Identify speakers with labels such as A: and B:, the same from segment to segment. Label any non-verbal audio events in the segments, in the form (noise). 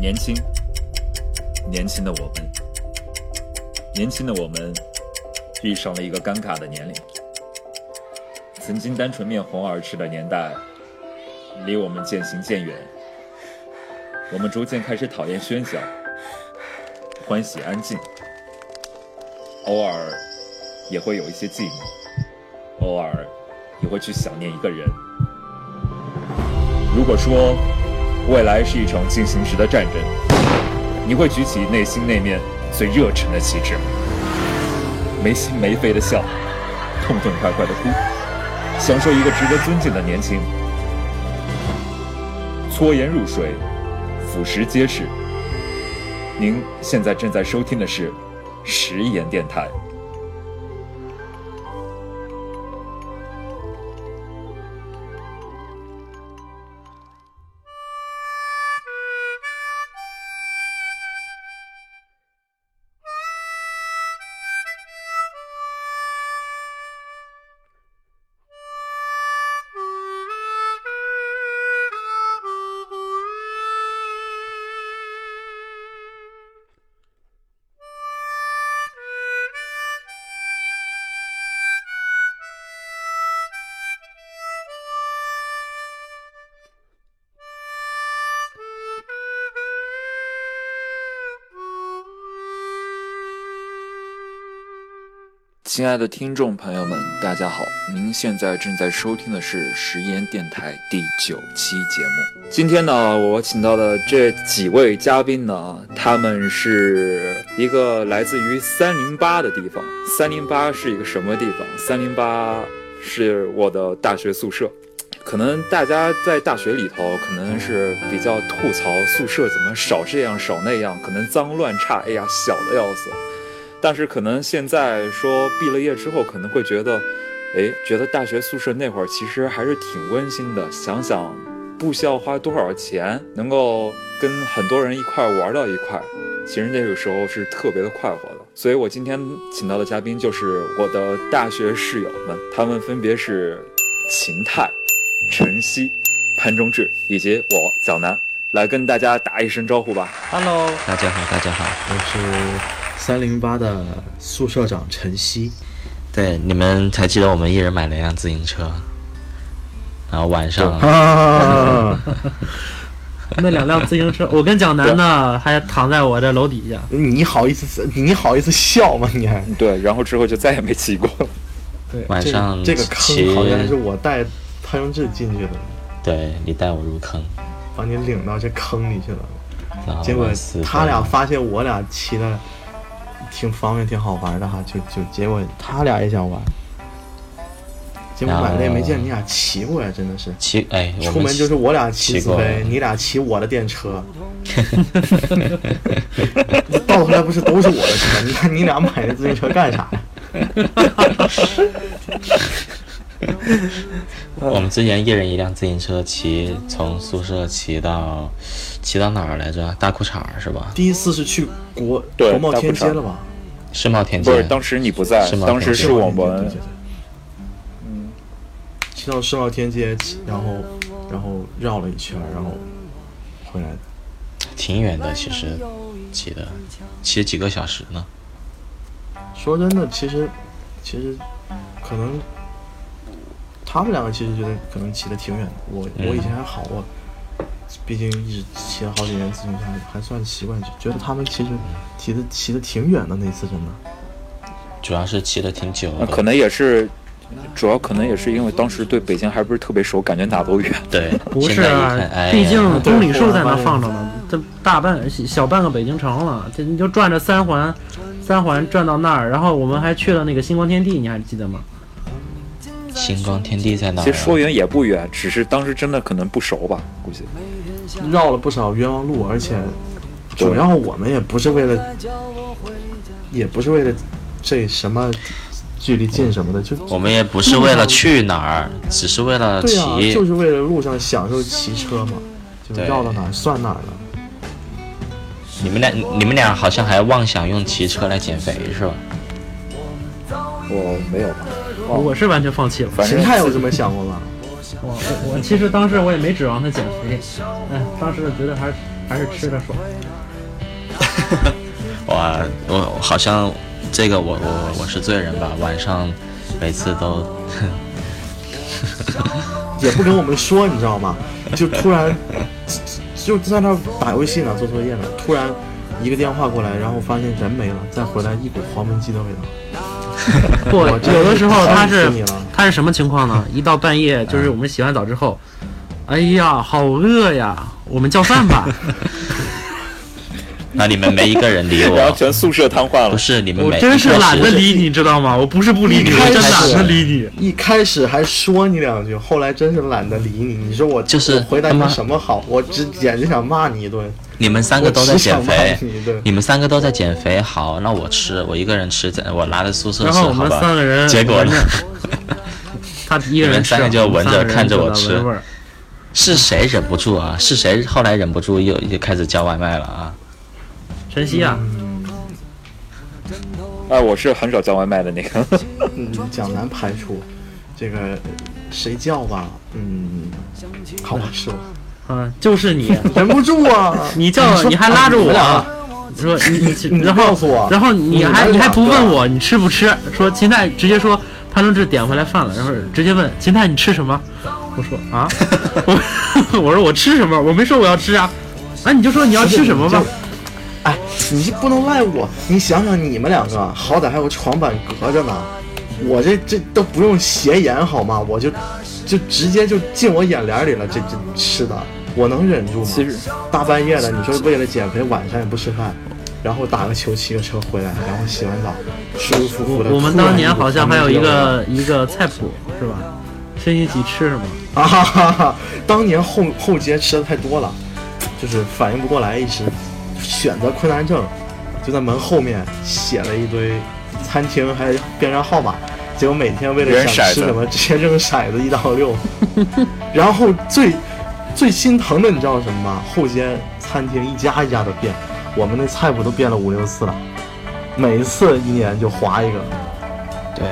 A: 年轻，年轻的我们，年轻的我们，遇上了一个尴尬的年龄。曾经单纯面红耳赤的年代，离我们渐行渐远。我们逐渐开始讨厌喧嚣，欢喜安静，偶尔也会有一些寂寞，偶尔也会去想念一个人。如果说未来是一场进行时的战争，你会举起内心那面最热忱的旗帜，没心没肺的笑，痛痛快快的哭，享受一个值得尊敬的年轻。搓盐入水，俯拾皆是。您现在正在收听的是食盐电台。
B: 亲爱的听众朋友们，大家好！您现在正在收听的是食盐电台第九期节目。今天呢，我请到的这几位嘉宾呢，他们是一个来自于三零八的地方。三零八是一个什么地方？三零八是我的大学宿舍。可能大家在大学里头，可能是比较吐槽宿舍怎么少这样少那样，可能脏乱差，哎呀，小的要死。但是可能现在说毕了业之后，可能会觉得，哎，觉得大学宿舍那会儿其实还是挺温馨的。想想不需要花多少钱，能够跟很多人一块儿玩到一块儿，其实那个时候是特别的快活的。所以我今天请到的嘉宾就是我的大学室友们，他们分别是秦泰、晨曦、潘中志以及我小南，来跟大家打一声招呼吧。Hello，
C: 大家好，大家好，
D: 我是三零八的宿舍长晨曦，
C: 对，你们还记得我们一人买了一辆自行车，然后晚上
D: 啊，
E: 那两辆自行车，我跟蒋楠呢还躺在我这楼底下。
D: 你好意思你好意思笑吗？你还
B: 对，然后之后就再也没骑过了。
D: 对
C: 晚
D: 这
C: 上
D: 这个
C: 骑
D: 坑好像是我带潘荣志进去的，
C: 对你带我入坑，
D: 把你领到这坑里去了。
C: 然后
D: 结果
C: 我死
D: 他俩
C: 活
D: 发现我俩骑的挺方便、挺好玩的哈，就就结果他俩也想玩，结果买了也没见你俩骑过呀，真的是。
C: 骑哎，我们
D: 出门就是我俩骑
C: 骑
D: 自
C: 过
D: 飞，你俩骑我的电车，到头来不是都是我的车？你看你俩买的自行车干啥呀？
C: 我们之前一人一辆自行车骑，从宿舍骑到骑到哪儿来着？大裤衩儿是吧？
D: 第一次是去国
B: 对
D: 国贸天街了吧？
C: 世贸天
B: 不
C: 街
B: 是，当时你不在
C: 是，吗
B: 当时是
D: 对
B: 我
D: 对对
B: 们
D: 对对骑到世贸天街，骑然后然后绕了一圈，然后回来。
C: 挺远的，其实骑的骑几个小时呢。
D: 说真的，其实其实可能他们两个其实觉得可能骑得挺远的。我、
C: 嗯
D: 我以前还好，我毕竟一直骑了好几年自行车，还还算习惯，就觉得他们其实骑的骑得挺远的那次真的。
C: 主要是骑的挺久
B: 那
C: 的，
B: 啊可能也是，主要可能也是因为当时对北京还不是特别熟，感觉哪都远。
C: 对，
E: 不
C: 现
E: 是
C: 在
E: 啊
C: 一看，哎呀，
E: 毕竟公里数在那放着呢，这大半小半个北京城了，这你就转着三环，三环转到那儿，然后我们还去了那个星光天地，你还记得吗？
C: 星光天地在哪儿
B: 其
C: 啊？
B: 实说远也不远，只是当时真的可能不熟吧，估计。
D: 绕了不少冤枉路，而且
B: 对
D: 主要我们也不是为了，也不是为了这什么距离近什么的，就
C: 我们也不是为了去哪
E: (laughs)
C: 儿，只是为了
D: 对啊，
C: 骑。
D: 就是为了路上享受骑车嘛，就
C: 对
D: 绕到哪儿算哪儿了。
C: 你们俩，你们俩好像还妄想用骑车来减肥是吧？
B: 我 (laughs) 没有吧，
C: 哦
E: 我是完全放弃了。
B: 反
D: 秦
B: 正
D: 泰有这么想过吧？
E: 我我我其实当时我也没指望他减肥，哎，当时觉得还是还是吃的爽。
C: 哇，我好像这个我我我是罪人吧？晚上每次都
D: 也不跟我们说，你知道吗？就突然就就在那儿打游戏呢，做作业呢，突然一个电话过来，然后发现人没了，再回来一股黄焖鸡的味道。
E: 不，
D: 我这
E: 有的时候他是
D: 伤死你了
E: 他是什么情况呢？一到半夜，就是我们洗完澡之后，哎呀，好饿呀，我们叫饭吧。
C: 那你们没一个人理
B: (laughs) 然后
C: 我，
B: 全宿舍瘫痪
C: 不
B: 了。
C: 是你们
E: 我
C: 没，
E: 真是懒得
C: 一个
E: 理你，知道吗？我不是不理你，
D: 一
E: 我
D: 开始
E: 真懒得理你。
D: 一开始还说你两句，后来真是懒得理你。你说我
C: 就是
D: 我回答
C: 他
D: 你
C: 妈
D: 什么好？我只简直想骂你一顿。
C: 你们三个都在减
D: 我
C: 肥
D: 只想骂你一顿，
C: 你们三个都在减肥，好，那我吃，我一个人吃，在我拿着宿舍
E: 然
C: 吃，
E: 后我
C: 好
E: 们
C: 吧
E: 三个人，
C: 结果呢？
E: 他一个人吃，
C: 你们三个就闻着
E: 我们三个人
C: 看着我
E: 就在
C: 吃
E: 闻味儿
C: (laughs) 是谁忍不住啊？是谁后来忍不住又又开始叫外卖了啊？
E: 晨曦啊，
B: 哎，我是很少叫外卖的那个。
D: 嗯，蒋楠排除，这个谁叫吧？嗯，好吧，是我
E: 嗯，就是 (laughs) 你，
D: 忍不住啊！
E: 你叫了，
D: 说
E: 你还拉着我
D: 们俩，
E: 你说你
D: 你
E: (laughs) 你，然
D: 告诉我嗯
E: 后然后你还
D: 你们俩
E: 你还不问我你吃不吃？说芹菜直接说潘正志点回来饭了，然后直接问芹菜你吃什么？我说 (laughs) 啊，我我说我吃什么？我没说我要吃啊，啊你就说你要吃什么吧
D: 你。哎，你这不能赖我。你想想，你们两个好歹还有床板隔着呢，我这这都不用斜眼好吗？我就就直接就进我眼帘里了。这这吃的，我能忍住吗？
B: 其实
D: 大半夜的，你说为了减肥晚上也不吃饭，然后打个球骑个车回来，然后洗完澡舒舒服服的。
E: 我们
D: 突然
E: 当年
D: 一股
E: 好像还有一
D: 黄焖鸡的味道
E: 个一个菜谱是吧？先一起吃什么？
D: 啊哈哈哈！ (laughs) 当年后后街吃的太多了，就是反应不过来，一时选择困难症，就在门后面写了一堆餐厅，还编上号码。结果每天为了
B: 扔
D: 想
B: 骰
D: 吃
B: 子
D: 什么，直接扔骰子一到六。 (laughs) 然后最最心疼的，你知道是什么吗？后街餐厅一家一家的变，我们那菜谱都变了五六次了，每一次一年就划一个。
C: 对，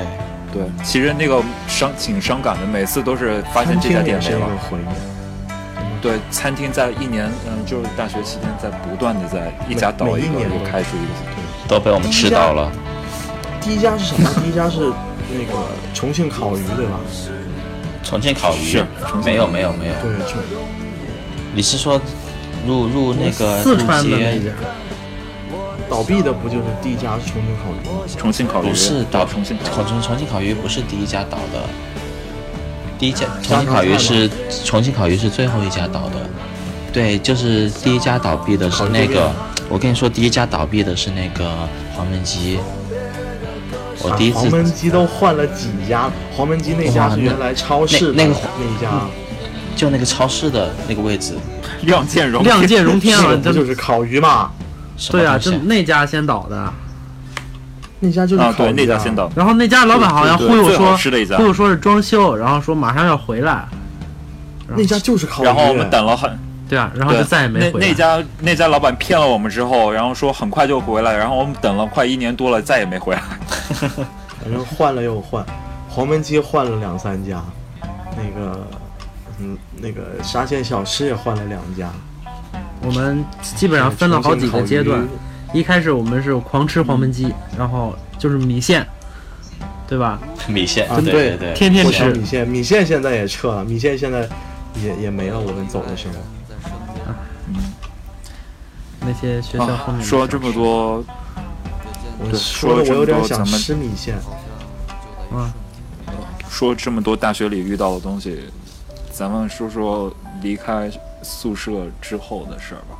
B: 对，其实那个伤挺伤感的，每次都是发现
D: 餐
B: 这家
D: 厅也
B: 店
D: 是
B: 没
D: 一个
B: 了。
D: 回忆，
B: 对，餐厅在一年，嗯，就是大学期间在不断的在一家倒
D: 每
B: 一
D: 一
B: 个，
D: 年
B: 又
D: 都
B: 开出一个。
D: 对。
C: 都被我们吃到了。
D: 第一家是什么？第一家是那个重庆烤鱼，对吧？
C: 重庆烤鱼
B: 是重庆
C: 没有没有没有，
D: 对，重
C: 你是说入入那个
E: 四川
C: 入
E: 的那
C: 街
E: 家，
D: 倒闭的不就是第一家是重庆烤鱼吗？
B: 重庆烤鱼
C: 不是
B: 到
C: 倒
B: 重庆烤
C: 重重重庆烤鱼不是第一家倒的，第一家重庆烤鱼是重庆烤鱼是最后一家倒的，对，就是第一家倒闭的是那
D: 烤
C: 个
D: 鱼，
C: 我跟你说，第一家倒闭的是那个黄焖鸡，我
D: 啊
C: 第一
D: 黄
C: 次
D: 焖鸡都换了几家，黄焖鸡那家
C: 哇
D: 是
C: 那
D: 原来超市
C: 那那个
D: 那一家，
C: 就那个超市的那个位置，
B: 鱼，亮剑荣
E: 亮剑荣天
D: 那
E: 啊
D: 个，不
E: 这
D: 就是烤鱼嘛？
C: 什么
E: 对啊，
C: 东西
E: 就那家先倒的。
D: 那家就是
B: 啊，
D: 烤鱼、
B: 对，那家先。倒。
E: 然后那家老板好像忽
B: 对
E: 悠
B: 最好
E: 说，
B: 吃的一家
E: 忽悠说是装修，然后说马上要回来，
D: 嗯那家就是烤鱼，
B: 然后我们等了很，
E: 对啊，然后
B: 对，
E: 就再也没回来。
B: 那那家那家老板骗了我们之后，然后说很快就回来，然后我们等了快一年多了，再也没回来。
D: 反正换了又换，黄焖鸡换了两三家，那个嗯，那个沙县小吃也换了两家，
E: 我们基本上啊分了好几个阶段
D: 重庆烤。鱼
E: 一开始我们是狂吃黄焖鸡，然后就是米线，对吧？
C: 米线
D: 啊，
C: 对
D: 对
C: 对，
E: 天天
D: 我
E: 吃
D: 想米线，米线现在也撤了，米线现在也也没了。我们走的时候，
E: 那些学校
B: 啊
E: 后面的
B: 说这么多，
D: 我
B: 对
D: 说
B: 说了
D: 的
B: 这
D: 我
B: 么
D: 有点
B: 多
D: 想
B: 咱们
D: 吃米线。
E: 啊，
B: 说这么多大学里遇到的东西，咱们说说离开宿舍之后的事儿吧。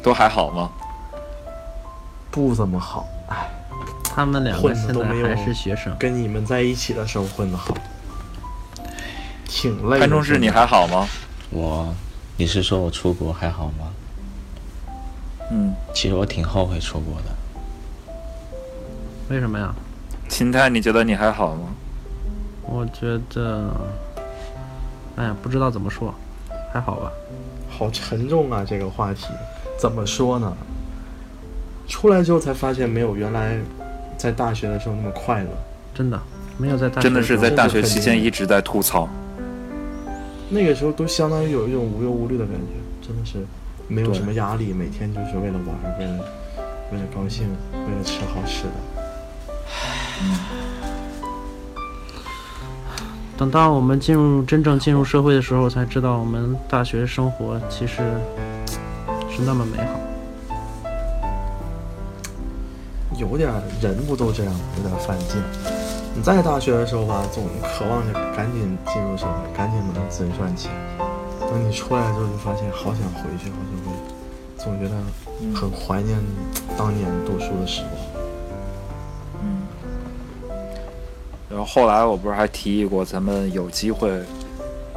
B: 都还好吗？
D: 不怎么好，
E: 他们两个
D: 混
E: 现
D: 的都
E: 在
D: 没有
E: 还是学生。
D: 跟你们在一起的时候混的好，挺累的。
E: 哎
B: 潘中志，你还好吗？
C: 我你是说我出国还好吗？
B: 嗯，
C: 其实我挺后悔出国的。
E: 为什么呀？
B: 秦泰，你觉得你还好吗？
E: 我觉得，哎呀，不知道怎么说，还好吧。
D: 好沉重啊！这个话题怎么说呢？出来之后才发现，没有原来在大学的时候那么快乐。
E: 真的没有在大学
B: 真的是在
E: 时候
B: 大学期间一直在吐槽。
D: 那个时候都相当于有一种无忧无虑的感觉，真的是没有
B: 对
D: 什么压力，每天就是为了玩儿，为了为了高兴，为了吃好吃的。
E: 等到我们进入真正进入社会的时候，才知道我们大学生活其实是那么美好。
D: 有点儿人不都这样吗，有点儿犯贱。你在大学的时候吧，总渴望着赶紧进入社会，赶紧能自己赚钱。等你出来之后，就发现好想回去，好想回去，总觉得很怀念当年读书的时光。
B: 然后后来我不是还提议过，咱们有机会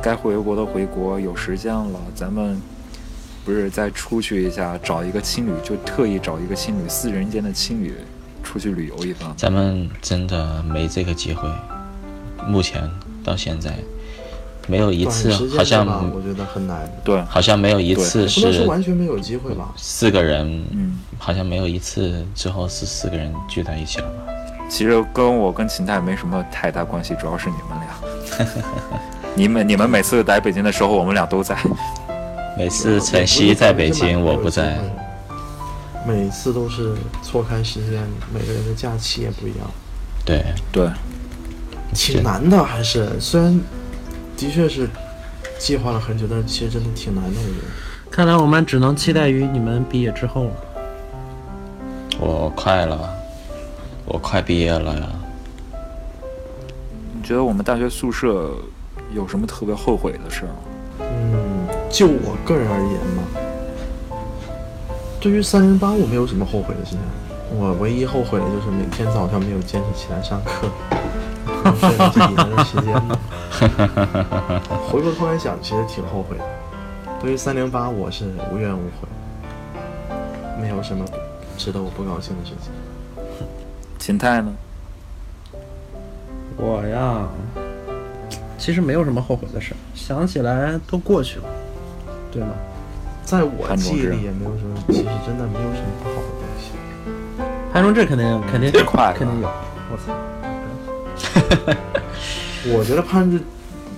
B: 该回国的回国，有时间了，咱们不是再出去一下，找一个青旅，就特意找一个青旅，四人间的青旅，出去旅游一番。
C: 咱们真的没这个机会，目前到现在没有一
D: 短
C: 次啊
D: 时间
C: 好
D: 内吧
C: 像
D: 我觉得很难，
B: 对，
C: 好像没有一次
D: 不能说
C: 是
D: 完全没有机会吧。
C: 四个人，
B: 嗯，
C: 好像没有一次之后是四个人聚在一起了吧？
B: 其实跟我跟秦泰没什么太大关系，主要是你们俩。你们你们每次来北京的时候，我们俩都在。
C: 每
D: 啊
C: 次晨曦在北京，我不在，
D: 每次都是错开时间，每个人的假期也不一样，
C: 对，
B: 对，
D: 挺难的。还是虽然的确是计划了很久，但是其实真的挺难的。我觉得
E: 看来我们只能期待于你们毕业之后了。
C: 我快了，我快毕业了呀。
B: 你觉得我们大学宿舍有什么特别后悔的事儿吗？
D: 嗯，就我个人而言嘛，对于三零八我没有什么后悔的事情，我唯一后悔的就是每天早上没有坚持起来上课， (laughs) 浪费了这一年的时间。回过头来想，其实挺后悔的。对于三零八，我是无怨无悔，没有什么值得我不高兴的事情。
B: 秦泰呢？
E: 我呀，其实没有什么后悔的事，想起来都过去了，对吗？
D: 在我
B: 潘
D: 记
B: 总
D: 忆
B: 是
D: 里也没有什么，其实真的没有什么不好的东西。
E: 潘中志肯定肯定
B: 这快了
E: 肯定有，我操！
D: 我觉得潘志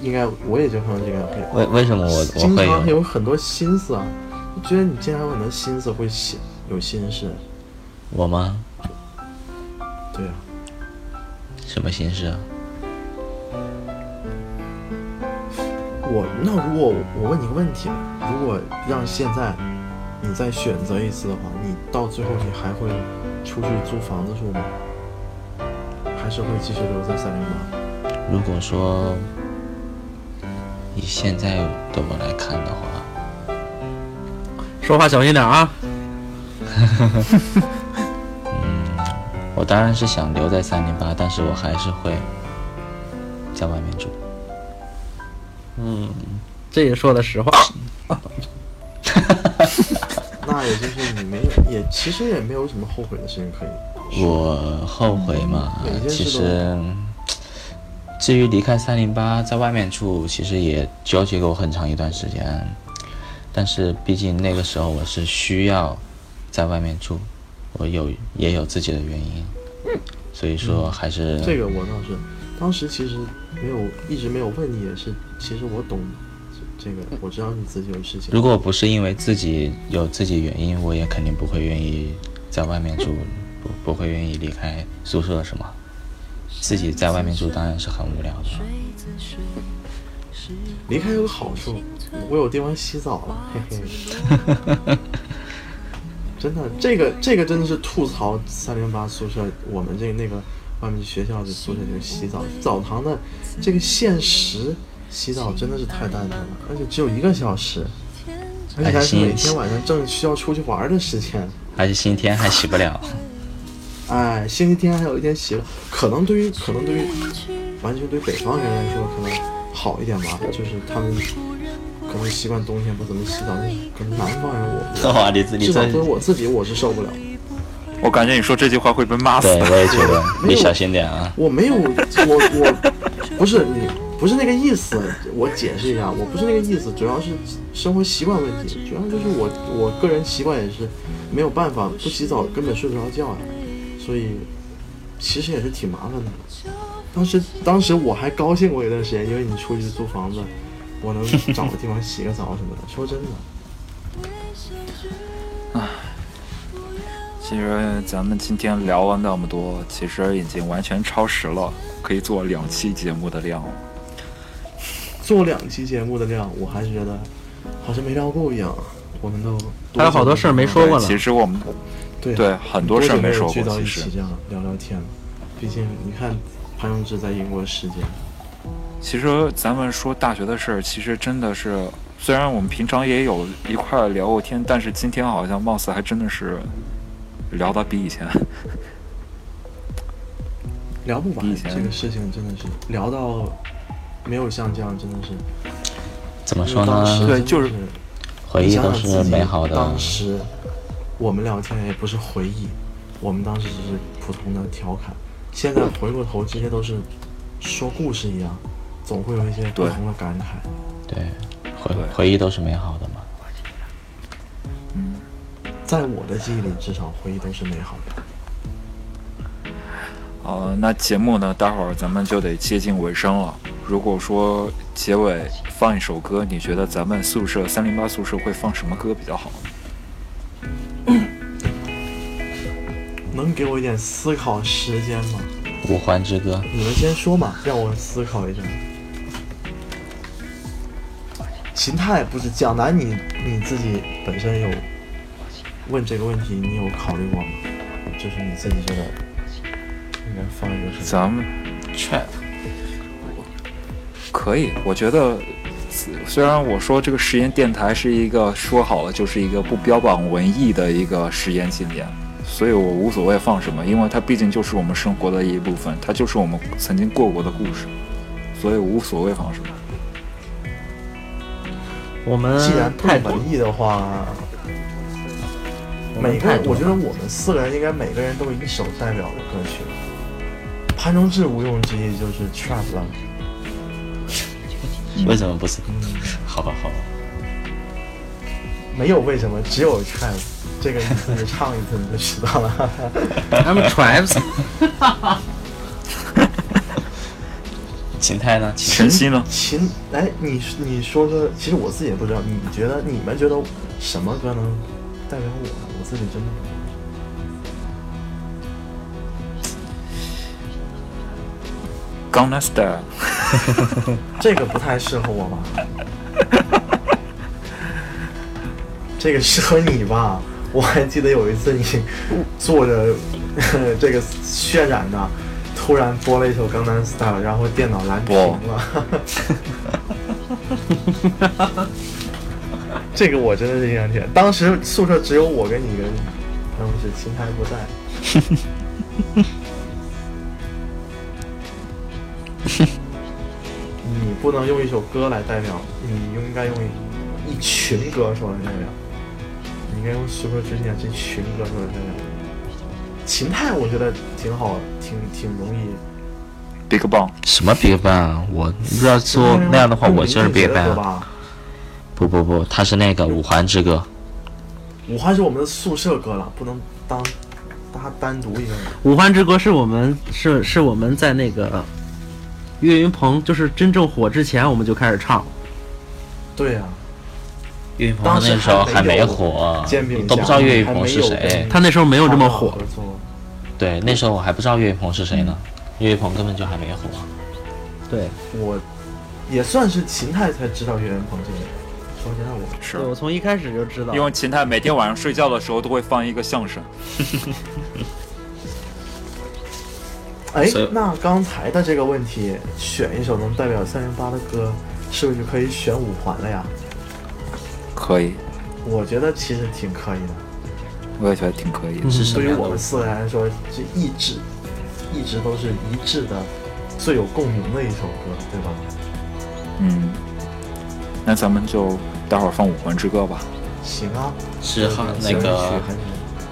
D: 应该，我也觉得潘志应该会有。
C: 为为什么我我
D: 经
C: 会
D: 常
C: 有
D: 有很多心思啊，我觉得你经常有很多心思会心有心事，
C: 我吗？
D: 对啊，
C: 什么心事啊？
D: 我那如果我我问你个问题吧，如果让现在你再选择一次的话，你到最后你还会出去租房子住吗？还是会继续留在三零八？
C: 如果说以现在的我来看的话，
E: 说话小心点啊！
C: 我当然是想留在三零八，但是我还是会在外面住。
E: 这也说的实话，
D: 那也就是你没有，也其实也没有什么后悔的事情可以。
C: 我后悔嘛
D: 嗯每，件
C: 其
D: 事都
C: 实至于离开三零八在外面住，其实也纠结过很长一段时间。但是毕竟那个时候我是需要在外面住，我有也有自己的原因，所以说还是
D: 嗯这个我倒是，当时其实没有一直没有问你，也是其实我懂这这个，我知道你自己有事情。
C: 如果不是因为自己有自己原因，我也肯定不会愿意在外面住，不不会愿意离开宿舍什么。自己在外面住当然是很无聊的。
D: 离开有个好处，我有地方洗澡了，嘿嘿。真的，这个这个真的是吐槽三零八宿舍，我们这那个外面学校的宿舍这个洗澡澡堂的这个限时洗澡真的是太蛋疼了，而且只有一个小时，而且还是每天晚上正需要出去玩的时间。
C: 而且星期天还洗不了，
D: 哎，星期天还有一天洗了，可能对于可能对于完全对北方人来说可能好一点吧，就是他们可能习惯冬天不怎么洗澡，可能南方人我
C: 哇！你自
D: 至少对于我自己我是受不了，
B: 我感觉你说这句话会被骂死
C: 对。我也觉得，
D: 没
C: 你
D: 有
C: 小心点啊。
D: 我没有我我不是你不是那个意思，我解释一下，我不是那个意思，主要是生活习惯问题，主要就是我我个人习惯也是没有办法，不洗澡根本睡不着觉呀、所以其实也是挺麻烦的。当时当时我还高兴过一段时间，因为你出去租房子，我能找个地方洗个澡什么的。 (laughs) 说真的，
B: 其实咱们今天聊了那么多，其实已经完全超时了，可以做两期节目的量了。
D: 做两期节目的量，我还是觉得好像没聊够一样。我们都
E: 还有好多事儿没说过
B: 对
E: 呢
B: 其。实我们
D: 对
B: 对很多事儿没说
D: 多
B: 过
D: 久有聚，到
B: 其
D: 一
B: 实
D: 起这样聊聊天了。毕竟你看潘永志在英国的时间，
B: 其实咱们说大学的事儿，其实真的是，虽然我们平常也有一块儿聊过天，但是今天好像貌似还真的是聊的比以前 (laughs)
D: 聊不
B: 以
D: 完
B: 前
D: 这个事情，真的是聊到没有像这样，真的是。
C: 怎么说
D: 当时
C: 呢？
B: 对
D: 真的
B: 就是
C: 回
D: 你
C: 忆
D: 想
C: 都
D: 想
C: 是
D: 自己
C: 美好的。
D: 当时我们聊天也不是回忆，我们当时只是普通的调侃。现在回过头，这些都是说故事一样，总会有一些不
B: 对
D: 同的感慨。
C: 对，回
B: 对
C: 回忆都是美好的嘛。
D: 在我的记忆里，至少回忆都是美好的。
B: 呃，那节目呢，待会儿咱们就得接近尾声了。如果说结尾放一首歌，你觉得咱们宿舍三零八宿舍会放什么歌比较好？
D: 能给我一点思考时间吗？
C: 五环之歌，
D: 你们先说嘛，让我思考一下。秦泰不是蒋楠你，你自己本身有问这个问题，你有考虑过吗？就是你自己觉得应该放一个什么？
B: 咱们
C: trap
B: 可以，我觉得虽然我说这个实验电台是一个说好了就是一个不标榜文艺的一个实验性点，所以我无所谓放什么，因为它毕竟就是我们生活的一部分，它就是我们曾经过过的故事，所以无所谓放什么。
E: 我们
D: 既然不
E: 泰国，
D: 文艺的话，
E: 我们
D: 每个人
E: 泰，国
D: 我觉得我们四个人应该每个人都有一首代表的歌曲。潘中志毋庸置疑就是 trap 了，
C: 为什么不是？好吧，好吧，
D: 没有为什么，只有 trap。这个你自己唱一次你就知道了。
E: 他们 tribes
C: 秦泰呢？秦
B: 晨曦呢？
D: 秦，哎，你你说说，其实我自己也不知道，你觉得你们觉得什么歌能代表我？我自己真的不知道
B: 《Gangnam Style》
D: 这个不太适合我吧？这个适合你吧？我还记得有一次你坐着 (laughs) 这个渲染的，突然播了一首《江南 Style》，然后电脑蓝屏了。 (laughs) 这个我真的是印象深，当时宿舍只有我跟你一个人，然后是秦台不在。你不能用一首歌来代表，你应该用一群歌手来代表。你应该用 Super Junior 这群歌手来代表。秦泰我觉得挺好，挺挺容易。
B: Big Bang，
C: 什么 Big Bang？我不知道做
D: 嗯
C: 那样的话，我就是啊 Big
D: 别的歌
C: Bang。
D: 吧。
C: 不不不，他是那个五环之歌。
D: 五环是我们的宿舍歌了，不能当它单独一个人。
E: 五环之歌是我们是是我们在那个岳云鹏就是真正火之前，我们就开始唱。
D: 对啊呀、
C: 岳云鹏
D: 当时
C: 那时候
D: 还
C: 还
D: 没有
C: 没火
D: 煎饼，
C: 都不知道岳云鹏是谁。
E: 他那时候没有这么火，
C: 对，那时候我还不知道岳云鹏是谁呢。
D: 嗯
C: 岳云鹏根本就还没火。
E: 对，
D: 我也算是秦泰才知道岳云鹏这个人。说实在，我
B: 是
E: 对我从一开始就知道，
B: 因为秦泰每天晚上睡觉的时候都会放一个相声。
D: 哎
C: 所以，
D: 那刚才的这个问题，选一首能代表三零八的歌，是不是就可以选五环了呀？
B: 可以，
D: 我觉得其实挺可以的。
B: 我也觉得挺可以的。
C: 是什
D: 嗯对
C: 么
D: 于
C: 样
D: 我
C: 的
D: 们？四个人来说，这一直一直都是一致的，最有共鸣的一首歌，对吧？
B: 嗯，那咱们就待会儿放《五环之歌》吧。
D: 行啊，
C: 是哈
D: 这
C: 那
D: 个
C: 个
D: 旋律曲还嗯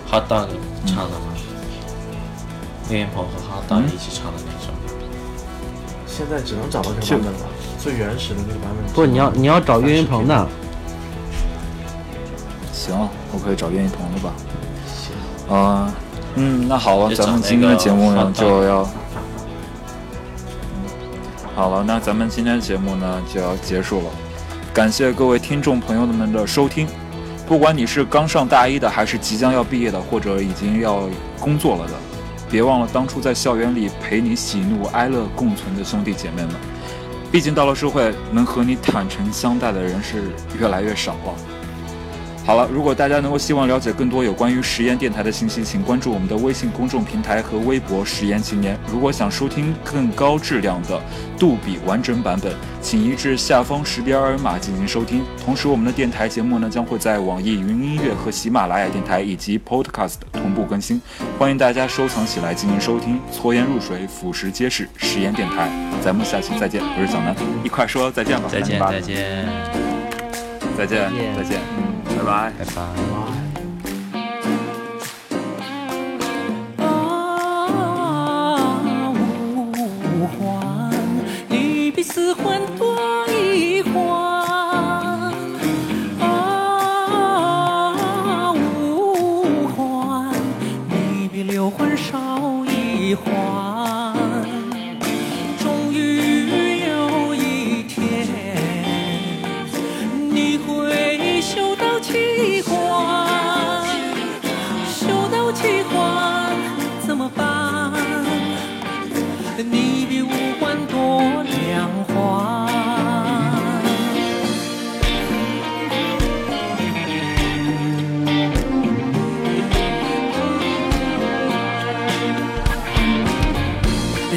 D: 是
C: Hot Dog 唱的吗？岳云鹏和 Hot Dog 一起唱的那首。
D: 现在只能找到这个版本了，最原始的那个版本。
E: 不，你要你要找岳云鹏的，
B: 行，我可以找岳云鹏了吧？
D: 行
B: 啊，嗯，那好了，
C: 就找
B: 咱们今天的节目
C: 那
B: 呢
C: 个
B: 就要，嗯好了，那咱们今天的节目呢就要结束了。感谢各位听众朋友们的收听。不管你是刚上大一的，还是即将要毕业的，或者已经要工作了的，别忘了当初在校园里陪你喜怒哀乐共存的兄弟姐妹们。毕竟到了社会，能和你坦诚相待的人是越来越少了。好了，如果大家能够希望了解更多有关于实验电台的信息，请关注我们的微信公众平台和微博“实验青年”。如果想收听更高质量的杜比完整版本，请移至下方识别二维码进行收听。同时，我们的电台节目呢将会在网易云音乐和喜马拉雅电台以及 Podcast 同步更新，欢迎大家收藏起来进行收听。搓烟入水，腐蚀皆是实验电台。咱们下期再见，我是小南，一块说再见吧，
C: 再见，
B: 拜
C: 再见，
B: 再见
E: 再见，
B: 再见，嗯，拜拜。
C: 拜拜。
F: 啊，五环，一比四环多一环。啊，五环，你比六环少一环。终于有一天，你会修到七环，修到七环怎么办？你比五环多两环。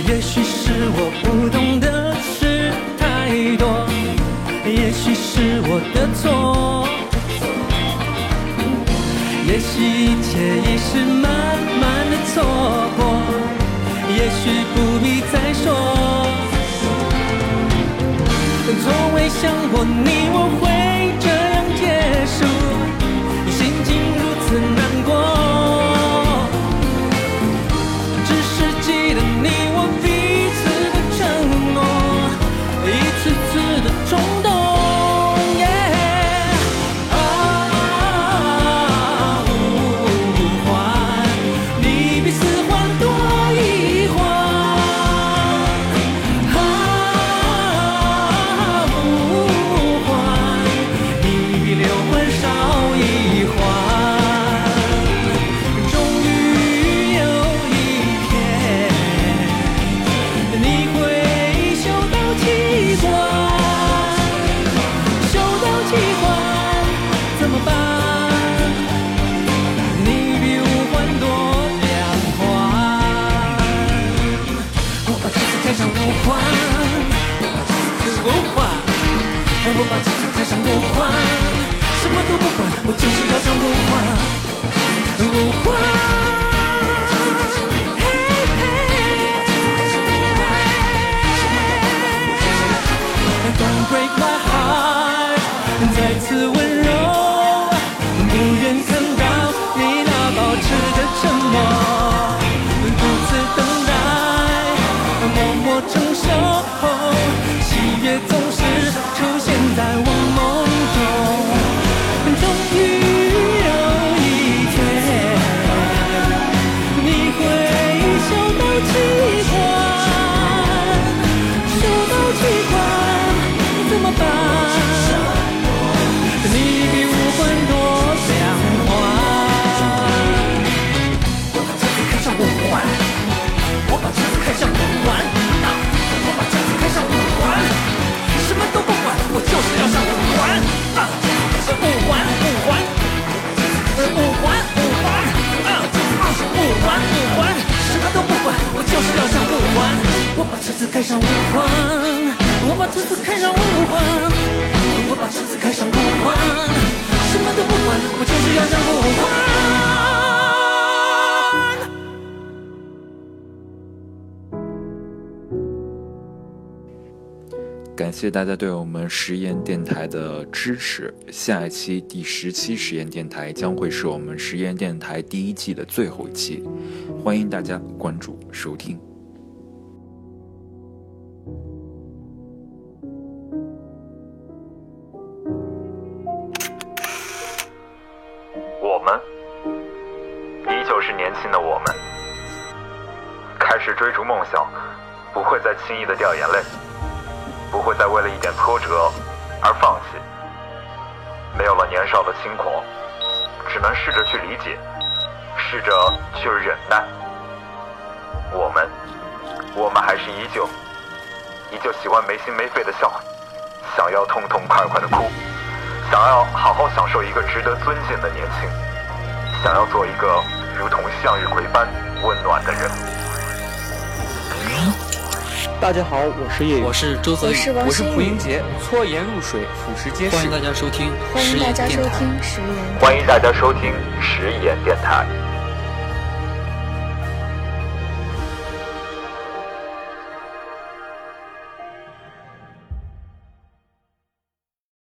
F: 也许是我不懂的事太多，也许是我的错，也许一切已是慢慢的错过，也许不必再说。从未想过你我会这样结束，心情如此难过。只是记得你我彼此的承诺，一次次的冲动。Yeah 啊，五环，你比四环多一环。啊，五环，你比六环少一环。终于有一天，你会修到七环，修到七环怎么办？你比五环多两环，我把七次加上五环，五环，我把七次加上五环，什么都不管，我就是要上五环。五环，嘿嘿，Don't break my heart，再次温柔，不愿看到你那保持着沉默，独自等待，默默承受，喜悦总是出现在我梦中。终于有一天，你会修到七环，修到七环怎么办？你比五环多两环，我把车子开上五环，我把车子开上五环，我把车子开上五环，什么都不管，我就是要上五环。啊五环，五环，五环，五环，啊，五环，五环，什么都不管，我就是要上五环。我把车子开上五环，我把车子开上五环，我把车子开上五环，什么都不管，我就是要上五环。
B: 感谢大家对我们实验电台的支持。下一期第十期实验电台将会是我们实验电台第一季的最后一期，欢迎大家关注收听。
A: 我们依旧是年轻的我们，开始追逐梦想，不会再轻易的掉眼泪，不会再为了一点挫折而放弃。没有了年少的轻狂，只能试着去理解，试着去忍耐。我们，我们还是依旧，依旧喜欢没心没肺的笑，想要痛痛快快的哭，想要好好享受一个值得尊敬的年轻，想要做一个如同向日葵般温暖的人。
G: 大家好，我是叶宇，
H: 我是周泽宇
I: 我，是王
G: 我是
I: 新
G: 蒲英
I: 宇，
G: 杰，搓盐入水，俯拾皆
H: 欢
G: 是。
H: 迎大家收听
I: 欢
H: 食
I: 迎大
H: 盐
I: 家收
H: 电台。
I: 听食言。
A: 欢迎大家收听食盐电台。